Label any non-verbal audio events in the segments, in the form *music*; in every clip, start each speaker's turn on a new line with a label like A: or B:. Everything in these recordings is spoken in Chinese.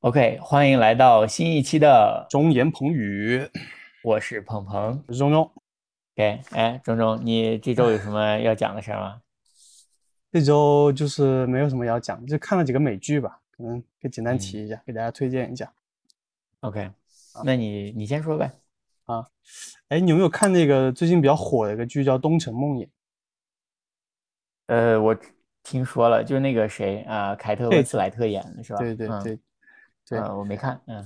A: OK，欢迎来到新一期的，
B: 中言彭宇，
A: 我是鹏鹏。
B: 我是中中。
A: OK，哎，钟钟，你这周有什么要讲的事儿吗？
B: 这周就是没有什么要讲，就看了几个美剧吧，可能可以简单提一下，给大家推荐一下
A: OK，那你你先说呗。
B: 啊。哎，你有没有看那个最近比较火的一个剧叫《东城梦魇》？
A: 呃，我听说了，就是那个谁啊、凯特·温
B: 对
A: 斯莱特演的是吧？
B: 对对
A: 嗯
B: 对，对
A: 嗯我没看，嗯，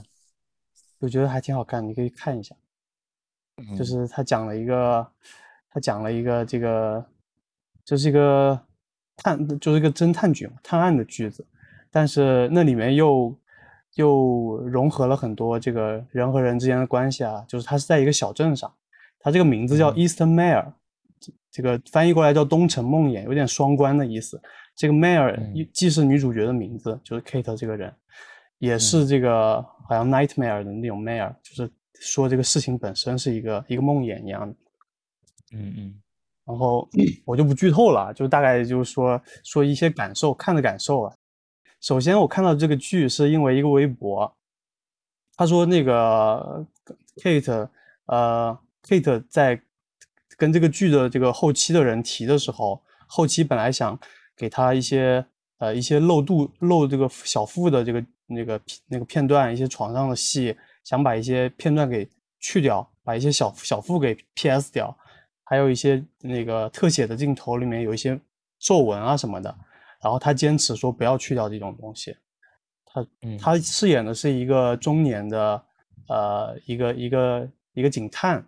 B: 我觉得还挺好看，你可以看一下。
A: 嗯
B: 就是他讲了一个，他讲了一个这个，就是一个探，就是一个侦探剧嘛，探案的剧子，但是那里面又又融合了很多这个人和人之间的关系啊，就是它是在一个小镇上，它这个名字叫
A: 嗯
B: Eastern Mayor，、这这个翻译过来叫东城梦魇，有点双关的意思。这个 Mayor
A: 嗯
B: 一既是女主角的名字，就是 Kate 这个人，也是这个好像 nightmare 的那种 mare，就是说这个事情本身是一个一个梦魇一样的。
A: 嗯嗯
B: 然后我就不剧透了啊，就大概就是说说一些感受，看的感受啊。首先，我看到这个剧是因为一个微博，他说那个 Kate，呃，Kate 在跟这个剧的这个后期的人提的时候，后期本来想给他一些呃一些露肚露这个小腹的这个那个片那个片段，一些床上的戏，想把一些片段给去掉，把一些小小腹给 PS 掉，还有一些那个特写的镜头里面有一些皱纹啊什么的，然后他坚持说不要去掉这种东西。他
A: 嗯
B: 他饰演的是一个中年的呃一个一个一个警探，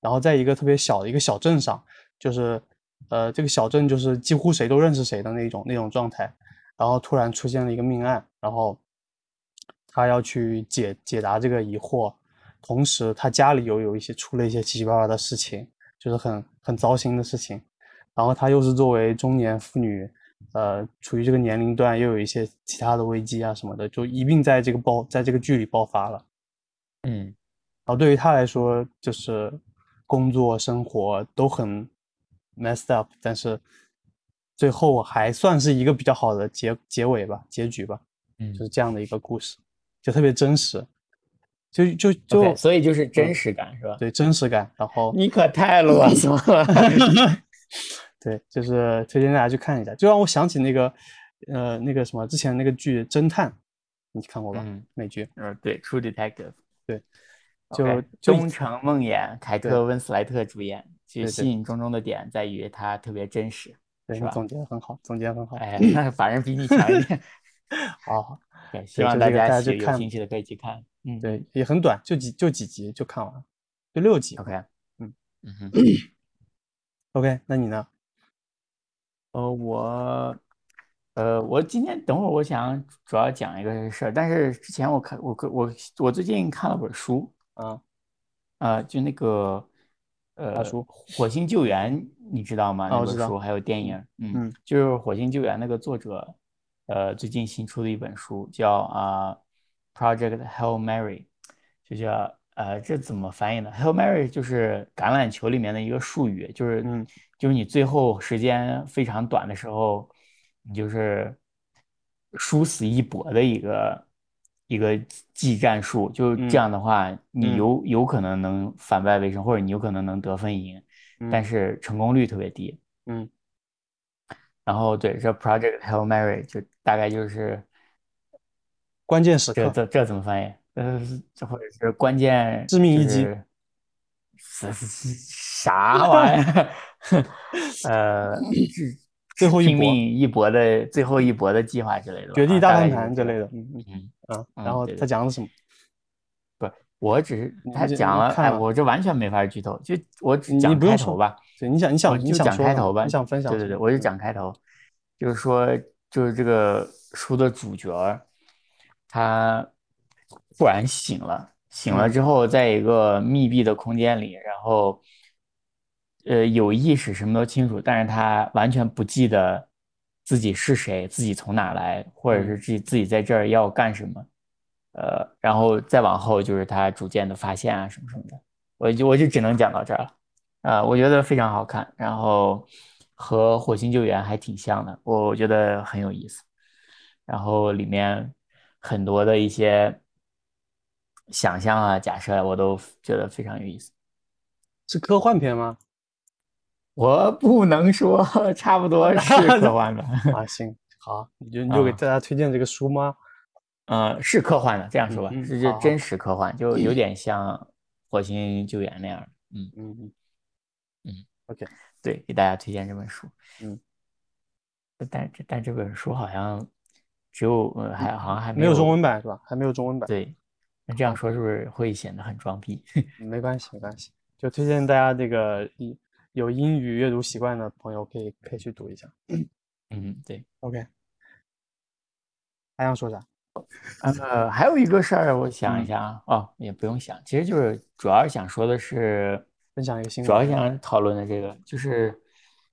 B: 然后在一个特别小的一个小镇上，就是呃这个小镇就是几乎谁都认识谁的那种那种状态，然后突然出现了一个命案，然后他要去解解答这个疑惑，同时他家里又有一些出了一些奇奇怪怪的事情，就是很很糟心的事情，然后她又是作为中年妇女，呃，处于这个年龄段又有一些其他的危机啊什么的，就一并在这个爆在这个剧里爆发了。
A: 嗯
B: 然后对于他来说，就是工作生活都很 messed up，但是最后还算是一个比较好的结结尾吧，结局吧，就
A: 嗯
B: 是这样的一个故事，就特别真实，就就就嗯
A: ，OK，所以就是真实感是吧？
B: 对真实感，然后
A: 你可太啰嗦 *laughs* 了。
B: 对，就是推荐大家去看一下，就让我想起那个，呃，那个什么之前那个剧《侦探》，你看过吧？
A: 嗯
B: 美剧。
A: 嗯，对，True Detective。
B: 对
A: OK，
B: 就
A: 《
B: 就
A: 东城梦魇》，凯
B: 对
A: 特·温斯莱特主演。其实
B: 对对
A: 吸引中中的点在于它特别真 *laughs* 实。
B: 对，
A: 是
B: 你
A: 吧
B: 总结的很好，总结得很好。
A: 哎， *laughs* 那反正比你强一 *laughs* 点。
B: 好好，
A: 对，希
B: 对
A: 望
B: 就
A: 大
B: 这个大
A: 家
B: 家
A: 喜
B: 去
A: 有
B: 看
A: 兴趣的可以去看。嗯，
B: 对，也很短，就几就几集就看完了，就六集。
A: ，OK，
B: 嗯
A: 嗯哼，
B: OK，那你呢？
A: 呃，我，呃，我今天等会儿我想主要讲一个事儿，但是之前我看我我我最近看了本书，
B: 啊，
A: 啊，就那个
B: 大
A: 呃，
B: 叔
A: 《火星救援》，你知道吗？
B: 啊
A: 那
B: 我
A: 本
B: 知道
A: 书还有电影，嗯，
B: 嗯
A: 就是《火星救援》火星救援那个作者，呃，最近新出的一本书叫啊、Project Hail Mary》，就叫呃，这怎么翻译呢？Hail Mary 就是橄榄球里面的一个术语，就是
B: 嗯
A: 就是你最后时间非常短的时候，你就是殊死一搏的一个一个技战术。就
B: 嗯
A: 这样的话，你
B: 嗯
A: 有有可能能反败为胜，或者你有可能能得分赢，但
B: 嗯
A: 是成功率特别低。
B: 嗯
A: 然后对，这 Project Hail Mary 就大概就是
B: 关键时
A: 这
B: 刻，
A: 这这怎么翻译？呃，这或者是关键
B: 致命
A: 就
B: 一击
A: 是啥啥玩意儿？ *laughs* 呃，是
B: *clears throat* 最后一
A: 拼
B: 搏，
A: 命一搏的最后一搏的计划之类的吧，
B: 绝
A: 啊
B: 地大
A: 大概
B: 反
A: 就是
B: 弹
A: 这
B: 之
A: 个
B: 类。的。嗯嗯
A: 嗯，
B: 啊，
A: 嗯
B: 然后
A: 对
B: 他讲的什么？
A: 我只是
B: 你
A: 他
B: 这
A: 讲
B: 你
A: 了，
B: 看
A: 哎，
B: 了
A: 我这完全没法剧透，就我只
B: 你你
A: 讲
B: 不用
A: 开头
B: 说
A: 吧。
B: 对，你想你
A: 我
B: 想你
A: 哦就
B: 想
A: 讲
B: 说
A: 开
B: 什么？
A: 头吧，
B: 你想分享
A: 对
B: 什
A: 对对，
B: 么？
A: 我就
B: 嗯
A: 讲开头，就是说，就是这个书的主角儿，他突然醒了，醒了
B: 嗯
A: 之后，在一个密闭的空间里，然后，呃，有意识，什么都清楚，但是他完全不记得自己是谁，自己从哪来，或者
B: 嗯
A: 是自己自己在这儿要干什么，呃，然后再往后就是他逐渐的发现啊，什么什么的，我就我就只能讲到这儿了。啊，我觉得非常好看，然后和《火星救援》还挺像的，我我觉得很有意思。然后里面很多的一些想象啊、假设啊，我都觉得非常有意思。
B: 是科幻
A: *laughs*
B: 片吗？
A: 我不能说， *laughs* 差不
B: *laughs*
A: 多是科幻的。
B: 啊，行，好，你就你就给
A: 啊
B: 大家推荐这个书吗？
A: 呃，是科幻的，这样说吧，
B: 嗯嗯
A: 是这
B: 好
A: 真
B: 好
A: 实科幻，就有点像《火星救援》那样的。嗯，
B: 嗯，OK，
A: 对，给大家推荐这本书。
B: 嗯，
A: 但但这本书好像只有，呃还好像还
B: 没有中文版是吧？还没有中文版，
A: 对，那这样说是不是会显得很装逼？ *laughs*
B: 没关系，没关系，就推荐大家这个一有英语阅读习惯的朋友可以可以去读一下。
A: 嗯，
B: *laughs*
A: 对。
B: OK，还想说啥？
A: 呃，还有一个事儿，我想一
B: 嗯
A: 下啊，哦，也不用想，其实就是主要是想说的是，
B: 分享一个新
A: 主要
B: 闻。
A: 想讨论的这个就是，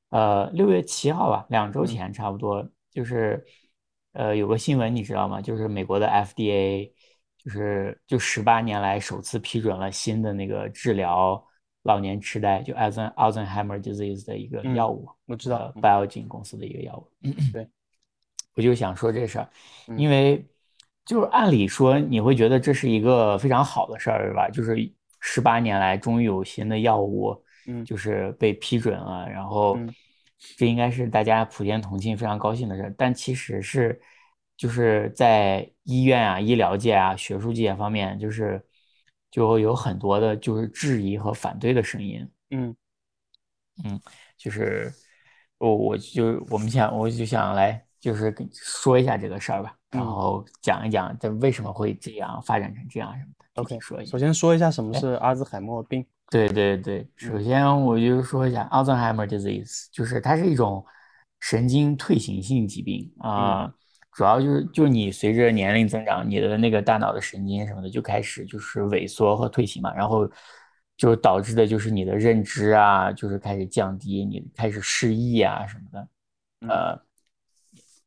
A: 呃，六月七号吧，两周
B: 嗯
A: 前差不多，就是，呃，有个新闻你知道吗？就是美国的 FDA，就是就十八年来首次批准了新的那个治疗老年痴呆，就 Alzheimer Alzheimer disease 的一个
B: 嗯
A: 药物，
B: 我知
A: 呃
B: 道，嗯
A: ，Biogen 公司的一个药物。
B: 对，
A: *clears throat* 我就想说这事儿，
B: 嗯
A: 因为就是按理说你会觉得这是一个非常好的事儿，对吧？就是十八年来终于有新的药物
B: 嗯
A: 就是被批准了，然后
B: 嗯
A: 这应该是大家普天同庆、非常高兴的事儿。但其实是就是在医院啊、医疗界啊、学术界方面，就是就有很多的就是质疑和反对的声音。
B: 嗯
A: 就是我我就我们想我就想来就是跟说一下这个事儿吧，然
B: 嗯
A: 后讲一讲这为什么会这样发展成这样什么的，具体
B: ，OK。
A: 说一下
B: 首。先说一下什么
A: 哎
B: 是阿兹海默病。
A: 对对对，首
B: 嗯
A: 先我就说一下 Alzheimer disease，就是它是一种神经退行性疾病
B: 嗯
A: 啊，主要就是就是你随着年龄增长，你的那个大脑的神经什么的就开始就是萎缩和退行嘛，然后就是导致的就是你的认知啊，就是开始降低，你开始失忆啊什么的，
B: 嗯，
A: 呃，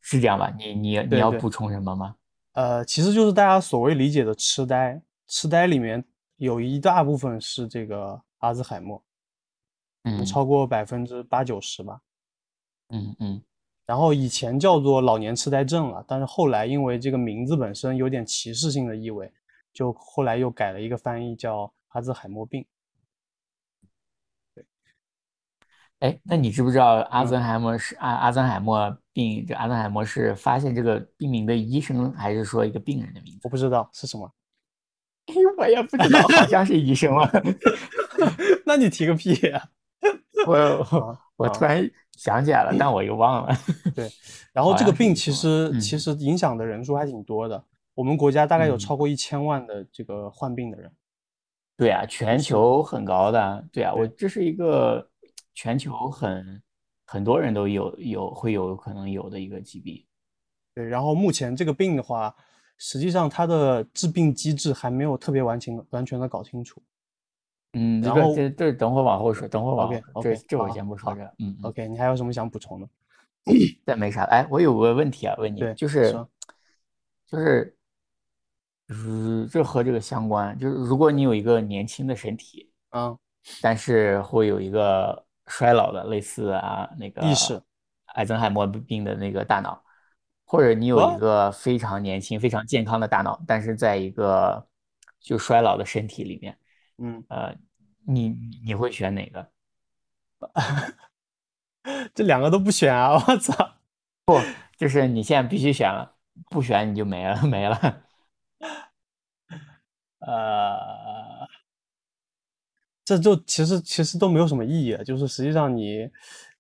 A: 是这样吧？你你你
B: 对
A: 要
B: 对。
A: 补充什么吗？
B: 呃，其实就是大家所谓理解的痴呆，痴呆里面有一大部分是这个阿兹海默，能
A: 嗯
B: 超过百分之八九十吧。
A: 嗯嗯
B: 然后以前叫做老年痴呆症了，但是后来因为这个名字本身有点歧视性的意味，就后来又改了一个翻译叫阿兹海默病。
A: 哎，那你知不知道阿
B: 嗯，
A: 兹海默是阿阿兹海默病？这阿兹海默是发现这个病名的医生，还是说一个病人的名字？
B: *laughs* 我不知道是什么，
A: 哎，我也不知道， *laughs* 好像是医生啊。
B: 那你提个屁呀、
A: 我
B: 啊！
A: 我
B: 啊
A: 突然想起来了，但我又忘了， *laughs*
B: 对，然后
A: 好
B: 这个
A: 像是
B: 病
A: 医
B: 其
A: 生啊。
B: 实其
A: 嗯
B: 实影响的人数还挺多的，我们国家大概有
A: 嗯，
B: 超过一千万的这个患病的人，
A: 对啊，
B: 一
A: 全
B: 千万，
A: 球很高的，对啊，我
B: 对
A: 这是一个全球很很多人都有有会有可能有的一个疾病。
B: 对。然后目前这个病的话，实际上它的致病机制还没有特别完全完全的搞清楚。
A: 嗯，这
B: 然
A: 个
B: 后
A: 这这等会儿往后说，等会儿往后说，
B: OK
A: 这
B: OK，
A: 这我
B: 好
A: 先不说
B: 好
A: 这，嗯嗯。
B: ，OK，你还有什么想补充的？
A: 但没啥。哎，我有个问题啊，问你，
B: 对，
A: 就
B: 你
A: 是，
B: 说，
A: 就是，如这和这个相关，就是如果你有一个年轻的身体，
B: 嗯，
A: 但是会有一个衰老的，类似啊那
B: 意
A: 个
B: 识
A: 艾森海默病的那个大脑，或者你有一
B: 啊，
A: 个非常年轻、非常健康的大脑，但是在一个就衰老的身体里面，
B: 嗯，
A: 呃，你你会选哪个？
B: 这两个都不选啊，我操！
A: 就是你现在必须选了，不选你就没了， *laughs* 没了。
B: 呃，这就其实其实都没有什么意义了，就是实际上你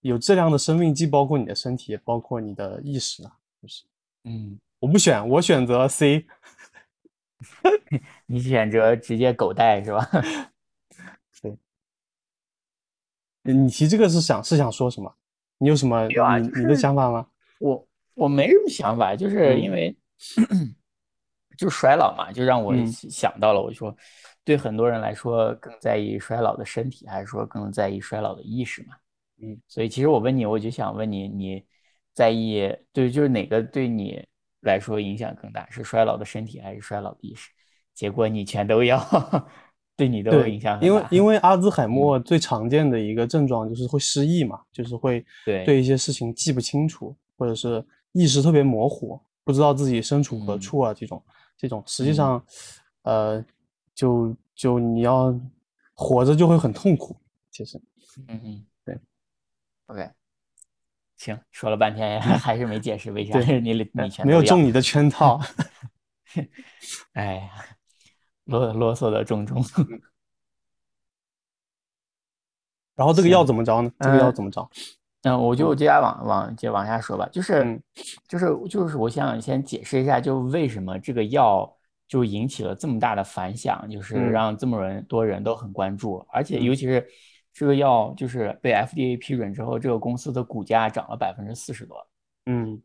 B: 有质量的生命，既包括你的身体，也包括你的意识啊。就是
A: 嗯。
B: 我不选，我选择 C。
A: 你选择直接狗带是吧？
B: 对，你提这个是想是想说什么？你有什么
A: 没有啊，
B: 你
A: 就
B: 你的
A: 是
B: 想法吗？
A: 我我没什么想法，就是因
B: 嗯
A: 为 *clears throat* 就衰老嘛，就让我
B: 嗯
A: 想想到了，我说对很多人来说更在意衰老的身体，还是说更在意衰老的意识嘛？
B: 嗯
A: 所以其实我问你，我就想问你，你在意对就是哪个对你来说影响更大，是衰老的身体还是衰老的意识？结果你全都要， *laughs* 对你都
B: 对，
A: 影响很
B: 因为
A: 大。
B: 因为阿兹海
A: *laughs* 嗯，
B: 默最常见的一个症状就是会失忆嘛，就是会对
A: 对，
B: 一些事情记不清楚，或者是意识特别模糊，不知道自己身处何
A: 嗯
B: 处啊这种。这种实际上，呃，就就你要活着就会很痛苦，其实。
A: 嗯嗯，
B: 对
A: ，OK，行，说了半天 *laughs* 还是没解释为啥
B: 对
A: 你你全
B: 哎没
A: 都
B: 有
A: 要
B: 中，你的
A: *laughs*
B: 圈套。
A: 哎呀，啰啰嗦的种种。
B: 嗯然后这个药怎么着呢？这个
A: 嗯
B: 药怎么着？
A: 嗯，我就接下来往往接往下说吧，就是
B: 嗯
A: 就是就是，我想先解释一下，就为什么这个药就引起了这么大的反响，就是
B: 嗯
A: 让这么人多人都很关注，而且
B: 嗯
A: 尤其是这个药就是被 FDA 批准之后，这个公司的股价涨了百分之四十多。
B: 嗯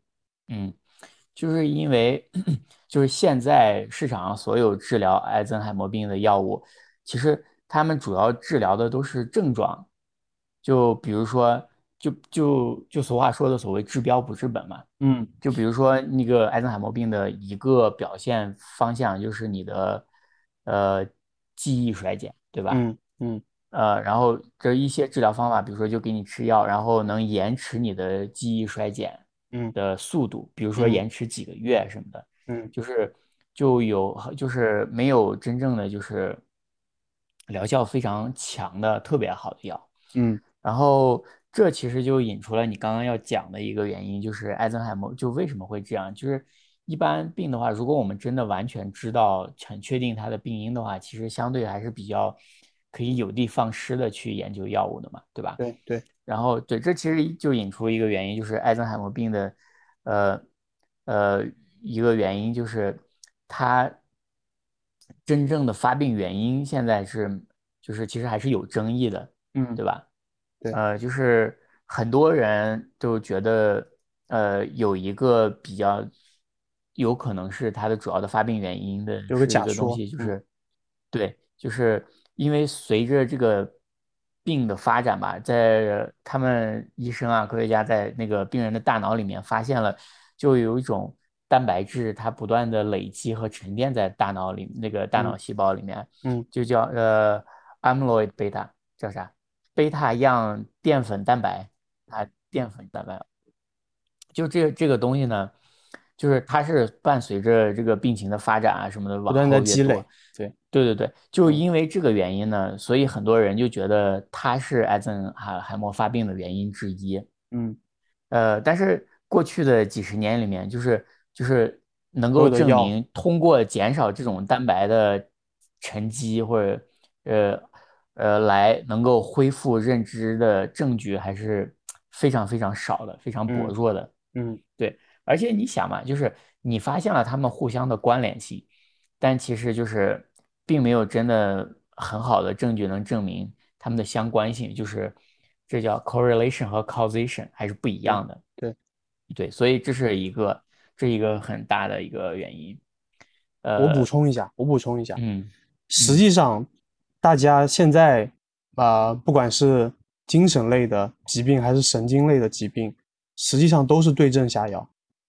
A: 嗯，就是因为就是现在市场上所有治疗艾森海默病的药物，其实他们主要治疗的都是症状，就比如说，就就就俗话说的所谓治标不治本嘛。
B: 嗯
A: 就比如说那个艾森海默病的一个表现方向就是你的呃记忆衰减，对吧？
B: 嗯嗯
A: 呃，然后这一些治疗方法，比如说就给你吃药，然后能延迟你的记忆衰减
B: 嗯
A: 的速度，比如说
B: 嗯
A: 延迟几个月什么的，
B: 嗯
A: 就是就有就是没有真正的就是疗效非常强的特别好的药。
B: 嗯
A: 然后这其实就引出了你刚刚要讲的一个原因，就是艾森海默就为什么会这样，就是一般病的话，如果我们真的完全知道、很确定它的病因的话，其实相对还是比较可以有的放矢的去研究药物的嘛，对吧？
B: 对对，
A: 然后对，这其实就引出一个原因，就是艾森海默病的，呃呃，一个原因就是它真正的发病原因现在是就是其实还是有争议的，
B: 嗯
A: 对吧？
B: 对
A: 呃，就是很多人都觉得，呃，有一个比较有可能是它的主要的发病原因的
B: 有个
A: 是一
B: 假
A: 个东
B: 说
A: 西，就
B: 嗯
A: 是对，就是因为随着这个病的发展吧，在他们医生啊、科学家在那个病人的大脑里面发现了，就有一种蛋白质，它不断的累积和沉淀在大脑里那个大
B: 嗯
A: 脑细胞里面，
B: 嗯
A: 就叫呃 amyloid beta 叫啥？贝塔样淀粉蛋白啊，淀粉蛋白，就这这个东西呢，就是它是伴随着这个病情的发展啊什么的
B: 不
A: 往
B: 断在
A: 后越
B: 积累
A: 多。。
B: 对，
A: 对对对，就
B: 嗯
A: 因为这个原因呢，所以很多人就觉得它是艾森海海默发病的原因之一。
B: 嗯，
A: 呃，但是过去的几十年里面，就是就是能
B: 所
A: 够
B: 有的
A: 证
B: 药，
A: 明，通过减少这种蛋白的沉积，或者呃呃来能够恢复认知的证据，还是非常非常少的，非常薄
B: 嗯
A: 弱的。
B: 嗯
A: 对，而且你想嘛，就是你发现了他们互相的关联性，但其实就是并没有真的很好的证据能证明他们的相关性，就是这叫 correlation 和 causation 还是不一
B: 嗯，
A: 样的。
B: 对，
A: 对，所以这是一个这一个很大的一个原因。
B: 我补
A: 呃，
B: 充一下，我补充一下，
A: 嗯
B: 实
A: 嗯
B: 际上，大家现在啊、呃不管是精神类的疾病还是神经类的疾病，实际上都是对症下药，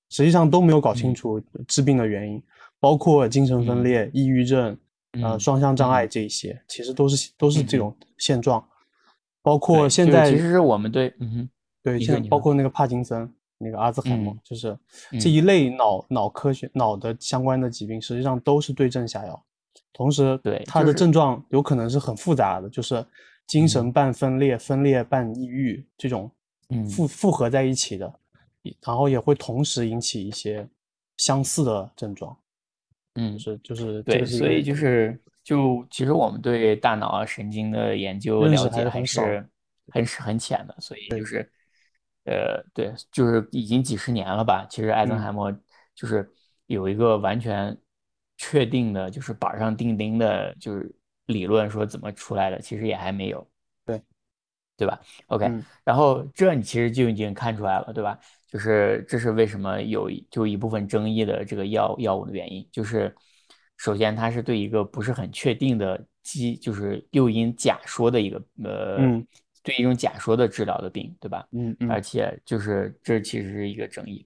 B: 实际上都没有搞清
A: 嗯
B: 楚治病的原因，包括精神分
A: 嗯
B: 裂、抑郁症、呃
A: 嗯
B: 双向障碍
A: 嗯
B: 这一些，其实都是都是
A: 嗯
B: 这
A: 嗯，
B: 种现状，包括
A: 对，
B: 现
A: 就是其
B: 在
A: 实是我们对，嗯哼，
B: 对，
A: 你
B: 现
A: 说
B: 在
A: 你
B: 包
A: 说，
B: 括那个帕金森、那个阿兹海默，
A: 嗯
B: 就是这一
A: 嗯，
B: 类脑脑科学、脑的相关的疾病，实际上都是对症下药。同时，
A: 对，
B: 它
A: 就
B: 的症
A: 是，
B: 状有可能是很复杂的，就是精神
A: 嗯
B: 半分裂、分裂半抑郁这种
A: 嗯
B: 复复合在一起的，也然后也会同时引起一些相似的症状。就
A: 嗯。
B: 是就是这个
A: 对，
B: 是一
A: 所
B: 个
A: 以就是就其实我们对大脑啊神经的研究
B: 认
A: 了
B: 识还
A: 解
B: 是
A: 还
B: 很少的。
A: 是很是很浅的，所以就
B: 对，
A: 是呃对，就是已经几十年了吧。其实艾森
B: 嗯
A: 海默就是有一个完全确定的，就是板上钉钉的，就是理论说怎么出来的，其实也还没有。
B: 对，
A: 对吧？OK，
B: 嗯
A: 然后这你其实就已经看出来了，对吧？就是这是为什么有一就一部分争议的这个药药物的原因，就是首先它是对一个不是很确定的基，就是诱因假说的一个呃，
B: 嗯
A: 对一种假说的治疗的病，对吧？
B: 嗯
A: 而
B: 嗯
A: 且就是这其实是一个争议，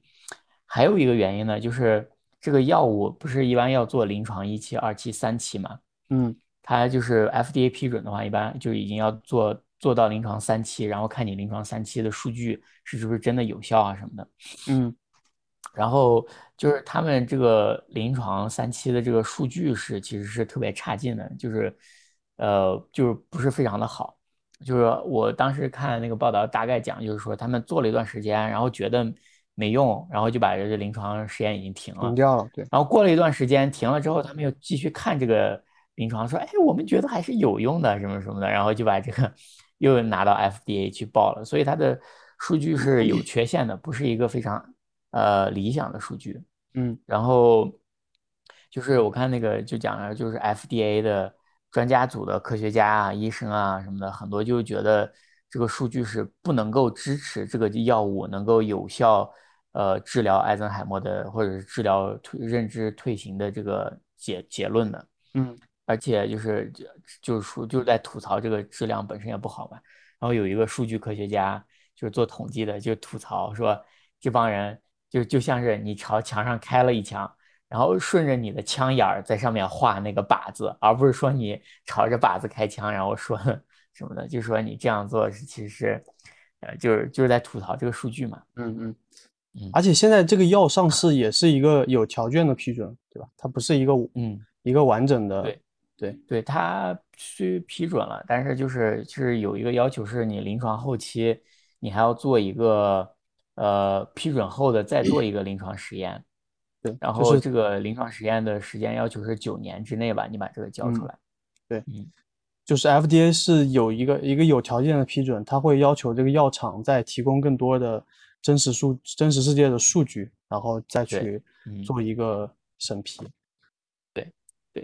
A: 还有一个原因呢，就是这个药物不是一般要做临床一期、二期、三期嘛？
B: 嗯
A: 它就是 FDA 批准的话，一般就已经要做做到临床三期，然后看你临床三期的数据是不是真的有效啊什么的。
B: 嗯
A: 然后就是他们这个临床三期的这个数据是其实是特别差劲的，就是呃就是不是非常的好。就是我当时看那个报道，大概讲就是说他们做了一段时间，然后觉得没用，然后就把这个临床实验已经停了
B: 停。嗯掉了，对，
A: 然后过了一段时间停了之后，他们又继续看这个临床，说，哎，我们觉得还是有用的，什么什么的，然后就把这个又拿到 FDA 去报了，所以它的数据是有缺陷的，不是一个非常呃理想的数据。
B: 嗯
A: 然后就是我看那个就讲了，就是 FDA 的专家组的科学家啊、医生啊什么的，很多就觉得这个数据是不能够支持这个药物能够有效呃治疗艾森海默的或者是治疗退认知退行的这个结结论的。
B: 嗯
A: 而且就是就就是说就是在吐槽这个质量本身也不好嘛。然后有一个数据科学家就是做统计的，就吐槽说这帮人就就像是你朝墙上开了一枪，然后顺着你的枪眼儿在上面画那个靶子，而不是说你朝着靶子开枪，然后说什么的，就说你这样做是其实是，呃，就是就是在吐槽这个数据嘛。
B: 嗯嗯
A: 嗯
B: 而且现在这个药上市也是一个有条件的批准，对吧？它不是一个
A: 嗯，
B: 一个完整的，
A: 对
B: 对，
A: 对，它虽批准了，但是就是就是有一个要求，是你临床后期你还要做一个呃批准后的再做一个临床实验，
B: 对，
A: 然
B: 就
A: 后
B: 是
A: 这个临床实验的时间要求是九年之内吧，你把这个交
B: 嗯
A: 出来。
B: 对
A: 嗯
B: 就是 FDA 是有一个一个有条件的批准，它会要求这个药厂再提供更多的真实数真实世界的数据，然后再
A: 对
B: 去
A: 嗯
B: 做一个审批。
A: 对，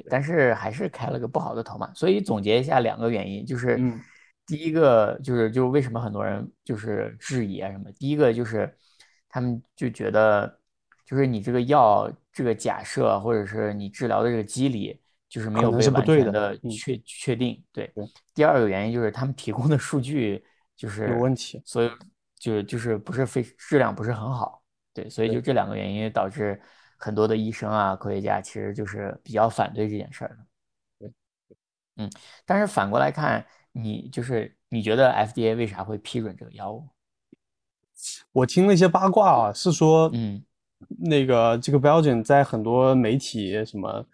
A: 但是还是开了个不好的头嘛。所以总结一下两个原因，就是
B: 嗯
A: 第一个就是就是为什么很多人就是质疑啊什么，第一个就是他们就觉得就是你这个药这个假设或者是你治疗的这个机理就是没
B: 可
A: 有
B: 能
A: 被
B: 是不
A: 完
B: 对
A: 全
B: 的，
A: 的
B: 嗯，
A: 确确定。对，
B: 对，
A: 第二个原因就是他们提供的数据就
B: 有
A: 是
B: 问题，
A: 所以就是就是不是非质量不是很好。对，所以
B: 对，
A: 就这两个原因导致很多的医生啊、科学家其实就是比较反对这件事儿的。
B: 对
A: 嗯，但是反过来看，你就是你觉得 FDA 为啥会批准这个药物？
B: 我听了一些八卦啊，是说
A: 嗯
B: 那个这个 Belgian 在很多媒体什么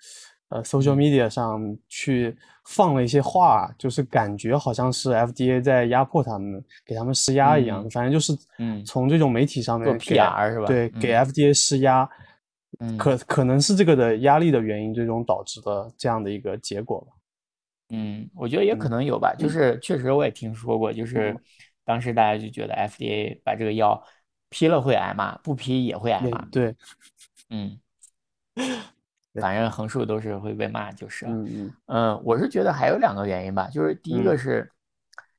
B: 呃
A: 嗯
B: social media 上去放了一些话，就是感觉好像是 FDA 在压迫他们，给他们施压一样。
A: 嗯
B: 反正就是
A: 嗯，
B: 从这种媒体上
A: 做
B: 面给
A: PR 是吧？
B: 对给
A: 嗯
B: FDA 施压，
A: 嗯
B: 可可能是这个的压力的原因，最终导致的这样的一个结果吧。
A: 嗯，我觉得也可
B: 嗯
A: 能有吧。就是确实我也听说过，就
B: 嗯，
A: 是当时大家就觉得 FDA 把这个药批了会挨骂，不批也会挨
B: 也
A: 骂。
B: 对，
A: 嗯。
B: *laughs* 对，
A: 反正横竖都是会被骂就是了。
B: 嗯
A: 嗯，我是觉得还有两个原因吧，就是第一
B: 嗯
A: 个是，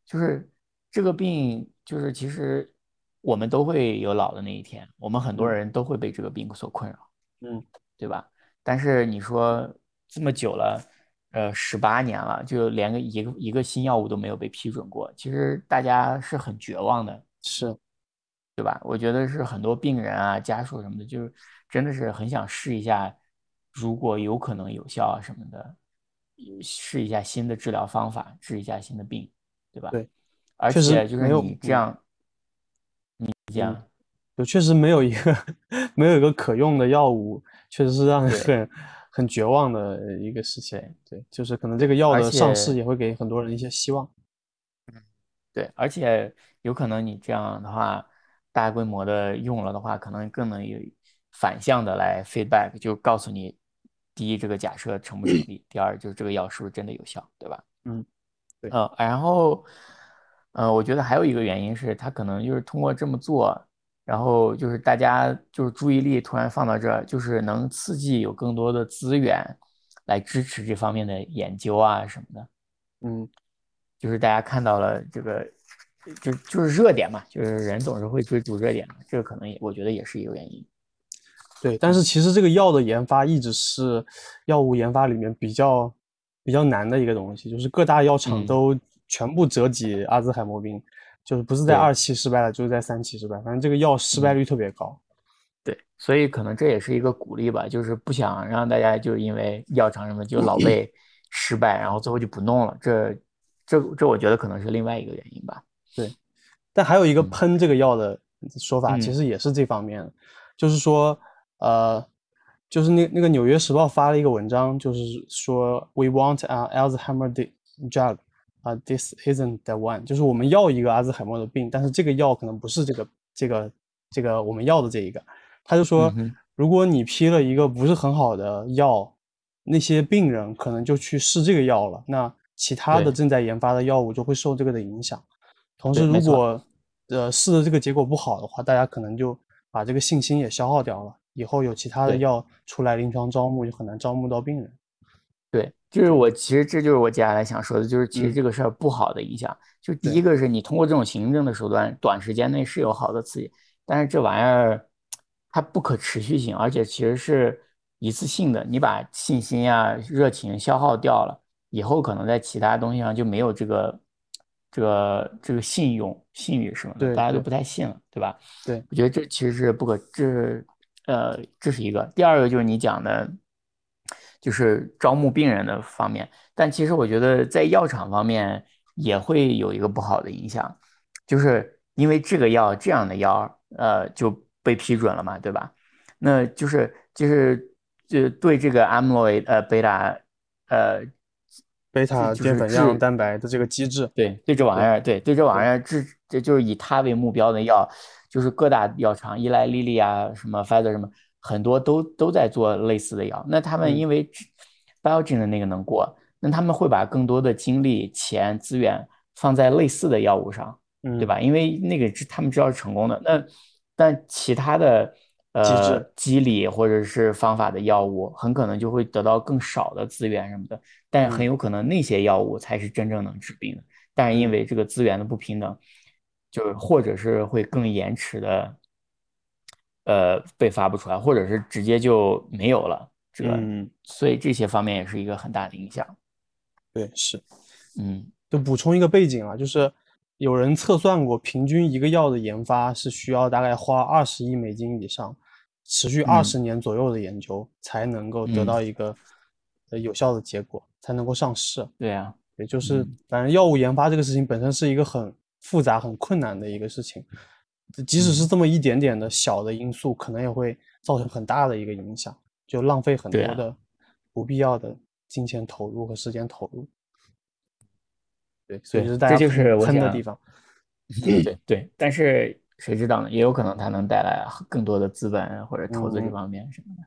A: 就是这个病，就是其实我们都会有老的那一天，我们很多
B: 嗯
A: 人都会被这个病所困扰，
B: 嗯
A: 对吧？但是你说这么久了，呃，十八年了，就连个一个一个新药物都没有被批准过，其实大家是很绝望的。
B: 是，
A: 对吧？我觉得是很多病人啊、家属什么的，就是真的是很想试一下，如果有可能有效啊什么的，有试一下新的治疗方法，治一下新的病，对吧？
B: 对，
A: 而
B: 确实
A: 且就是
B: 没有，
A: 你这
B: 嗯。
A: 样这
B: 嗯，
A: 样，
B: 就确实没有一个 *laughs* 没有一个可用的药物，确实是让人
A: 对
B: 很很绝望的呃一个事情。
A: 对
B: 对，就是可能这
A: 对，
B: 个药
A: 而
B: 的上市
A: 且
B: 也会给很多人一些希望。
A: 对，而且有可能你这样的话，大规模的用了的话，可能更能有反向的来 feedback，就告诉你，第一，这个假设成不成立；第二，就是这个药是不是真的有效，对吧？
B: 嗯，对，
A: 呃，然后，呃，我觉得还有一个原因是，他可能就是通过这么做，然后就是大家就是注意力突然放到这儿，就是能刺激有更多的资源来支持这方面的研究啊什么的，
B: 嗯，
A: 就是大家看到了这个，就就是热点嘛，就是人总是会追逐热点嘛，这个可能也我觉得也是一个原因。
B: 对。但是
A: 嗯
B: 其实这个药的研发一直是药物研发里面比较比较难的一个东西，就是各大药厂
A: 嗯，
B: 都全部折戟阿兹海默病，就是不是在
A: 对，
B: 二期失败了，就是在三期失败，反正这个药失败
A: 嗯。
B: 率特别高。
A: 对，所以可能这也是一个鼓励吧，就是不想让大家就因为药厂什么就老被失败，然后最后就不弄了。这这这，我觉得可能是另外一个原因吧。
B: 对。但还有一个
A: 嗯
B: 喷这个药的说法，其
A: 嗯
B: 实也是这方面的，就是说，呃，就是那那个《纽约时报》发了一个文章，就是说，We want an Alzheimer di- drug，啊、t h i s isn't the one，就是我们要一个阿兹海默的病，但是这个药可能不是这个这个这个我们要的这一个。他就说
A: 嗯，哼
B: 如果你批了一个不是很好的药，那些病人可能就去试这个药了，那其他的
A: 对
B: 正在研发的药物就会受这个的影响。同时，
A: 对
B: 如
A: 没错
B: 果呃试的这个结果不好的话，大家可能就把这个信心也消耗掉了，以后有其他的
A: 对
B: 药出来临床招募就很难招募到病人。
A: 对，就是我其实这就是我接下来想说的，就是其
B: 嗯
A: 实这个事儿不好的影响，就第
B: 对
A: 一个是你通过这种行政的手段，短时间内是有好的刺激，但是这玩意儿它不可持续性，而且其实是一次性的，你把信心啊、热情消耗掉了，以后可能在其他东西上就没有这个、这个、这个信用、信誉什么的，
B: 对
A: 大家都
B: 对
A: 不太信了，对吧？
B: 对，
A: 我觉得这其实是不可，这是呃，这是一个。第二个就是你讲的，就是招募病人的方面，但其实我觉得在药厂方面也会有一个不好的影响，就是因为这个药这样的药，呃，就被批准了嘛，对吧？那就是就是就对这个 amyloid 呃贝塔呃
B: 贝塔
A: 就
B: 淀
A: 是
B: 粉
A: 治
B: 样蛋白的这个机制，
A: 对，对这玩意
B: 对
A: 儿，对，对这玩意儿，这这就是以它为目标的药，就是各大药厂，依赖利利啊，什么 Pfizer 什么，很多都都在做类似的药。那他们
B: 嗯
A: 因为只 Biogen 的那个能过，那他们会把更多的精力、钱、资源放在类似的药物上，
B: 嗯，
A: 对？吧？因为那个知他们知道是成功的。那但其他的
B: 机制
A: 呃机理或者是方法的药物，很可能就会得到更少的资源什么的，但
B: 嗯
A: 很有可能那些药物才是真正能治病的。但是
B: 嗯
A: 因为这个资源的不平等，就是或者是会更延迟的，呃，被发布出来，或者是直接就没有了。这个，
B: 嗯，
A: 所以这些方面也是一个很大的影响。
B: 对，是。
A: 嗯，
B: 就补充一个背景啊，就是有人测算过，平均一个药的研发是需要大概花二十亿美金以上，持续二十年左右的研究才能够得
A: 嗯
B: 到一个呃有效的结果，才能够上市。
A: 对啊，
B: 也就是
A: 嗯
B: 反正药物研发这个事情本身是一个很复杂、很困难的一个事情，
A: 嗯
B: 即使是这么一点点的小的因素，可能也会造成很大的一个影响，就浪费很多
A: 对啊
B: 的不必要的金钱投入和时间投入。对，所以
A: 对
B: 是大
A: 这
B: 家
A: 就是
B: 喷
A: 我
B: 喷的
A: 想
B: 地方。
A: 对对，但是谁知道呢？也有可能它能带来更多的资本或者投资这
B: 嗯
A: 方面什么的。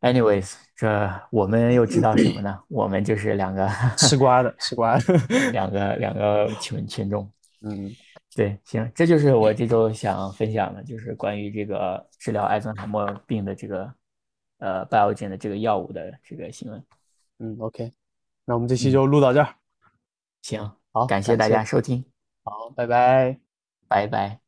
A: Anyways，这我们又知道什么呢？我们就是两个
B: 吃瓜的，吃瓜的。
A: *laughs*
B: *laughs*
A: 两个两个群群众。
B: 嗯，
A: 对，行，这就是我这周想分享的，就是关于这个治疗艾森海默病的这个呃 Biogen 的这个药物的这个新闻。
B: 嗯，OK，那我们这期
A: 嗯
B: 就录到这儿。
A: 行，
B: 好，
A: 感谢大家收听，
B: 好，拜拜。
A: 拜拜。